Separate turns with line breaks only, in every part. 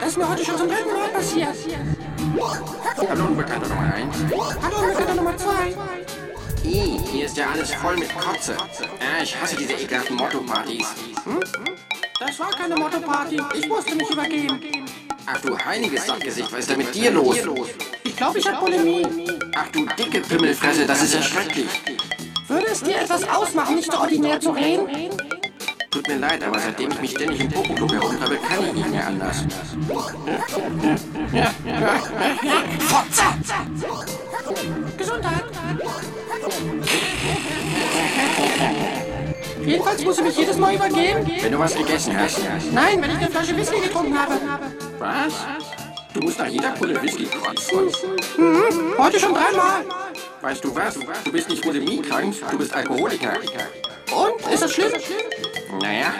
Das ist mir heute schon zum dritten Mal passiert.
Hallo, Unbekannter Nummer 1.
Hallo, Unbekannter Nummer 2.
I, hier ist ja alles voll mit Kotze. Ja, ich hasse diese ekelhaften Motto-Partys.
Das war keine Motto-Party. Ich musste mich übergeben.
Ach du heiliges Sackgesicht, was ist denn mit dir los?
Ich glaube, ich habe Bulimie.
Ach du dicke Pimmelfresse, das ist ja schrecklich.
Würde es dir etwas ausmachen, nicht so ordinär zu reden?
Tut mir leid, aber seitdem ich mich ständig im Popo herumkrabbel, kann ich nicht mehr anders.
Gesundheit. Jedenfalls muss ich mich jedes Mal übergeben.
Wenn du was gegessen hast.
Nein, wenn ich eine Flasche Whisky getrunken habe.
Was? Du musst nach jeder Pulle Whisky kotzen.
Heute schon dreimal.
Weißt du was? Du bist nicht bulimiekrank, du bist Alkoholiker.
Und? Ist das schlimm?
Naja,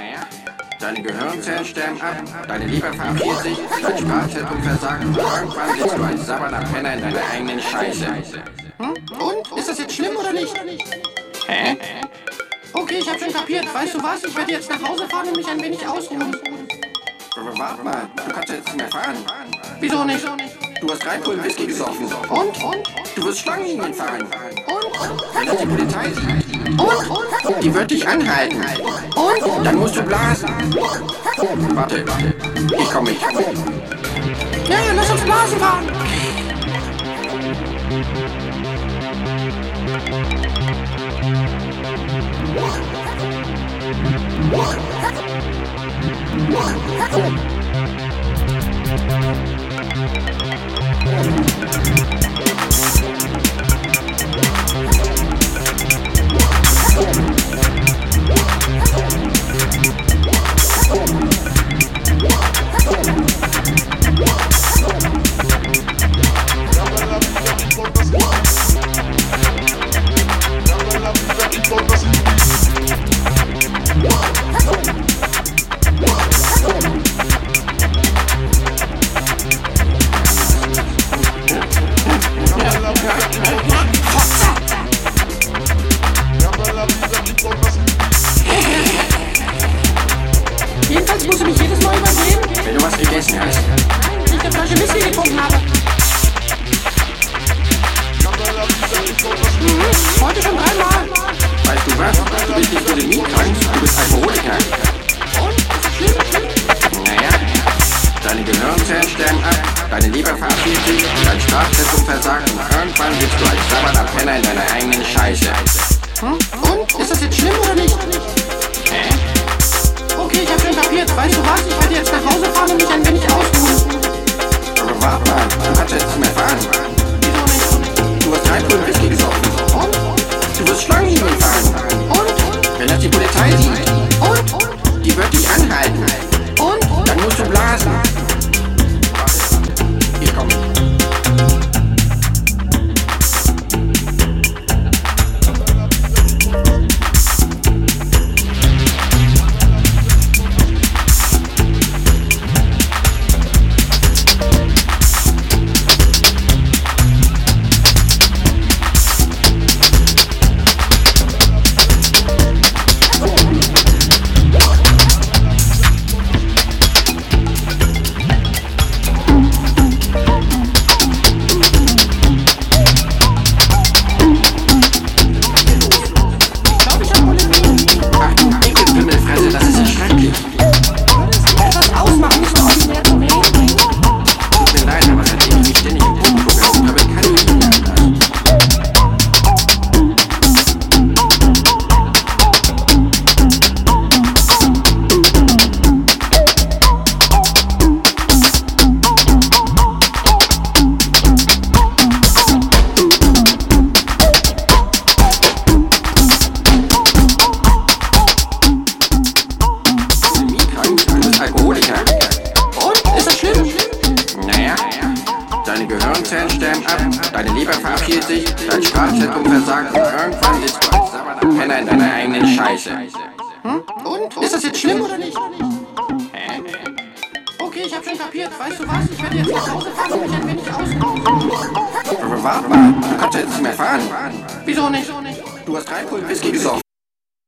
deine Gehirnzellen sterben ab, deine Leber verabschiedet sich, dein Sprachzentrum versagt und irgendwann sitzt du als sabbernder Penner in deiner eigenen Scheiße. Hm?
Und? Ist das jetzt schlimm oder nicht?
Hä?
Okay, ich habe schon kapiert. Weißt du was? Ich werde jetzt nach Hause fahren und mich ein wenig ausruhen.
W- Warte mal, du kannst jetzt nicht mehr fahren.
Wieso nicht?
Du hast drei Pullen Whisky gesoffen.
Und? Und?
Du wirst Schlangenlinien fahren.
Und?
Wenn das die Polizei sieht,
Und? Und?
die wird dich anhalten.
Und?
Dann musst du blasen. Warte, warte. Ich komme, ich komme.
Ja, lass uns Blasen fahren. Jedenfalls muss ich mich jedes Mal übergeben,
Wenn du was gegessen hast.
wenn ich eine Flasche Whisky getrunken habe. Mhm, Heute schon dreimal.
Weißt du was? Du bist nicht bulimiekrank, du bist Alkoholiker.
Und? Ist das schlimm? schlimm?
Naja, deine Gehirnzellen sterben ab, deine Leber verabschiedet sich, dein Sprachzentrum versagt und irgendwann sitzt du als sabbernder Penner in deiner eigenen Scheiße.
Und? Ist das jetzt schlimm oder nicht?
Hä?
Okay, ich habe schon kapiert. Weißt du was? Ich werde jetzt nach Hause fahren und mich ein wenig ausruhen.
Aber warte mal, du kannst jetzt nicht mehr fahren.
Wieso nicht?
Du hast drei Pullen Whisky gesoffen.
Und?
Du wirst Schlangenlinien fahren.
Und?
Wenn das die Polizei sieht,
Und? Und?
die wird dich anhalten.
Und? Und?
Dann musst du blasen. Warte, ich komme.
Ich glaube, ich habe Bulimie.
Ach du Ekelpimmelfresse, das ist ja schrecklich.
Etwas ausmachen, nicht nur ordinär zu reden.
Tut mir leid, aber seitdem ich mich ständig im Boden gucke, habe ich keine Idee mehr anders. Bulimiekrank, du bist Alkoholiker.
Und? Ist das schlimm?
Naja, deine Gehirnzellen sterben ab, deine Leber verabschiedet sich, dein Sprachzentrum versagt und irgendwann sitzt du als sabbernder Penner in deiner eigenen Scheiße.
Und? Ist das jetzt schlimm oder nicht? Okay, ich habe schon kapiert. Weißt du was? Ich werde jetzt nach Hause fahren und mich ein wenig ausruhen.
W- w- Privatbahn. Du kannst jetzt nicht mehr fahren.
Wieso nicht?
Du hast drei Pullen Whisky gesoffen.